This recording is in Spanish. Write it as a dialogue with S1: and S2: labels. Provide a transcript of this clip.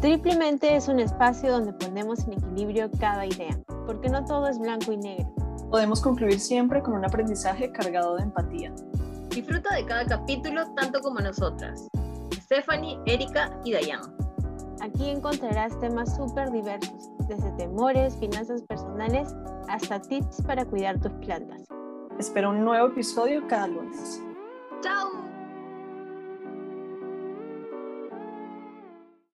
S1: Triplemente es un espacio donde ponemos en equilibrio cada idea, porque no todo es blanco y negro.
S2: Podemos concluir siempre con un aprendizaje cargado de empatía.
S3: Disfruta de cada capítulo tanto como nosotras. Stephanie, Erika y Dayan.
S1: Aquí encontrarás temas súper diversos, desde temores, finanzas personales, hasta tips para cuidar tus plantas.
S2: Espero un nuevo episodio cada lunes.
S3: ¡Chao!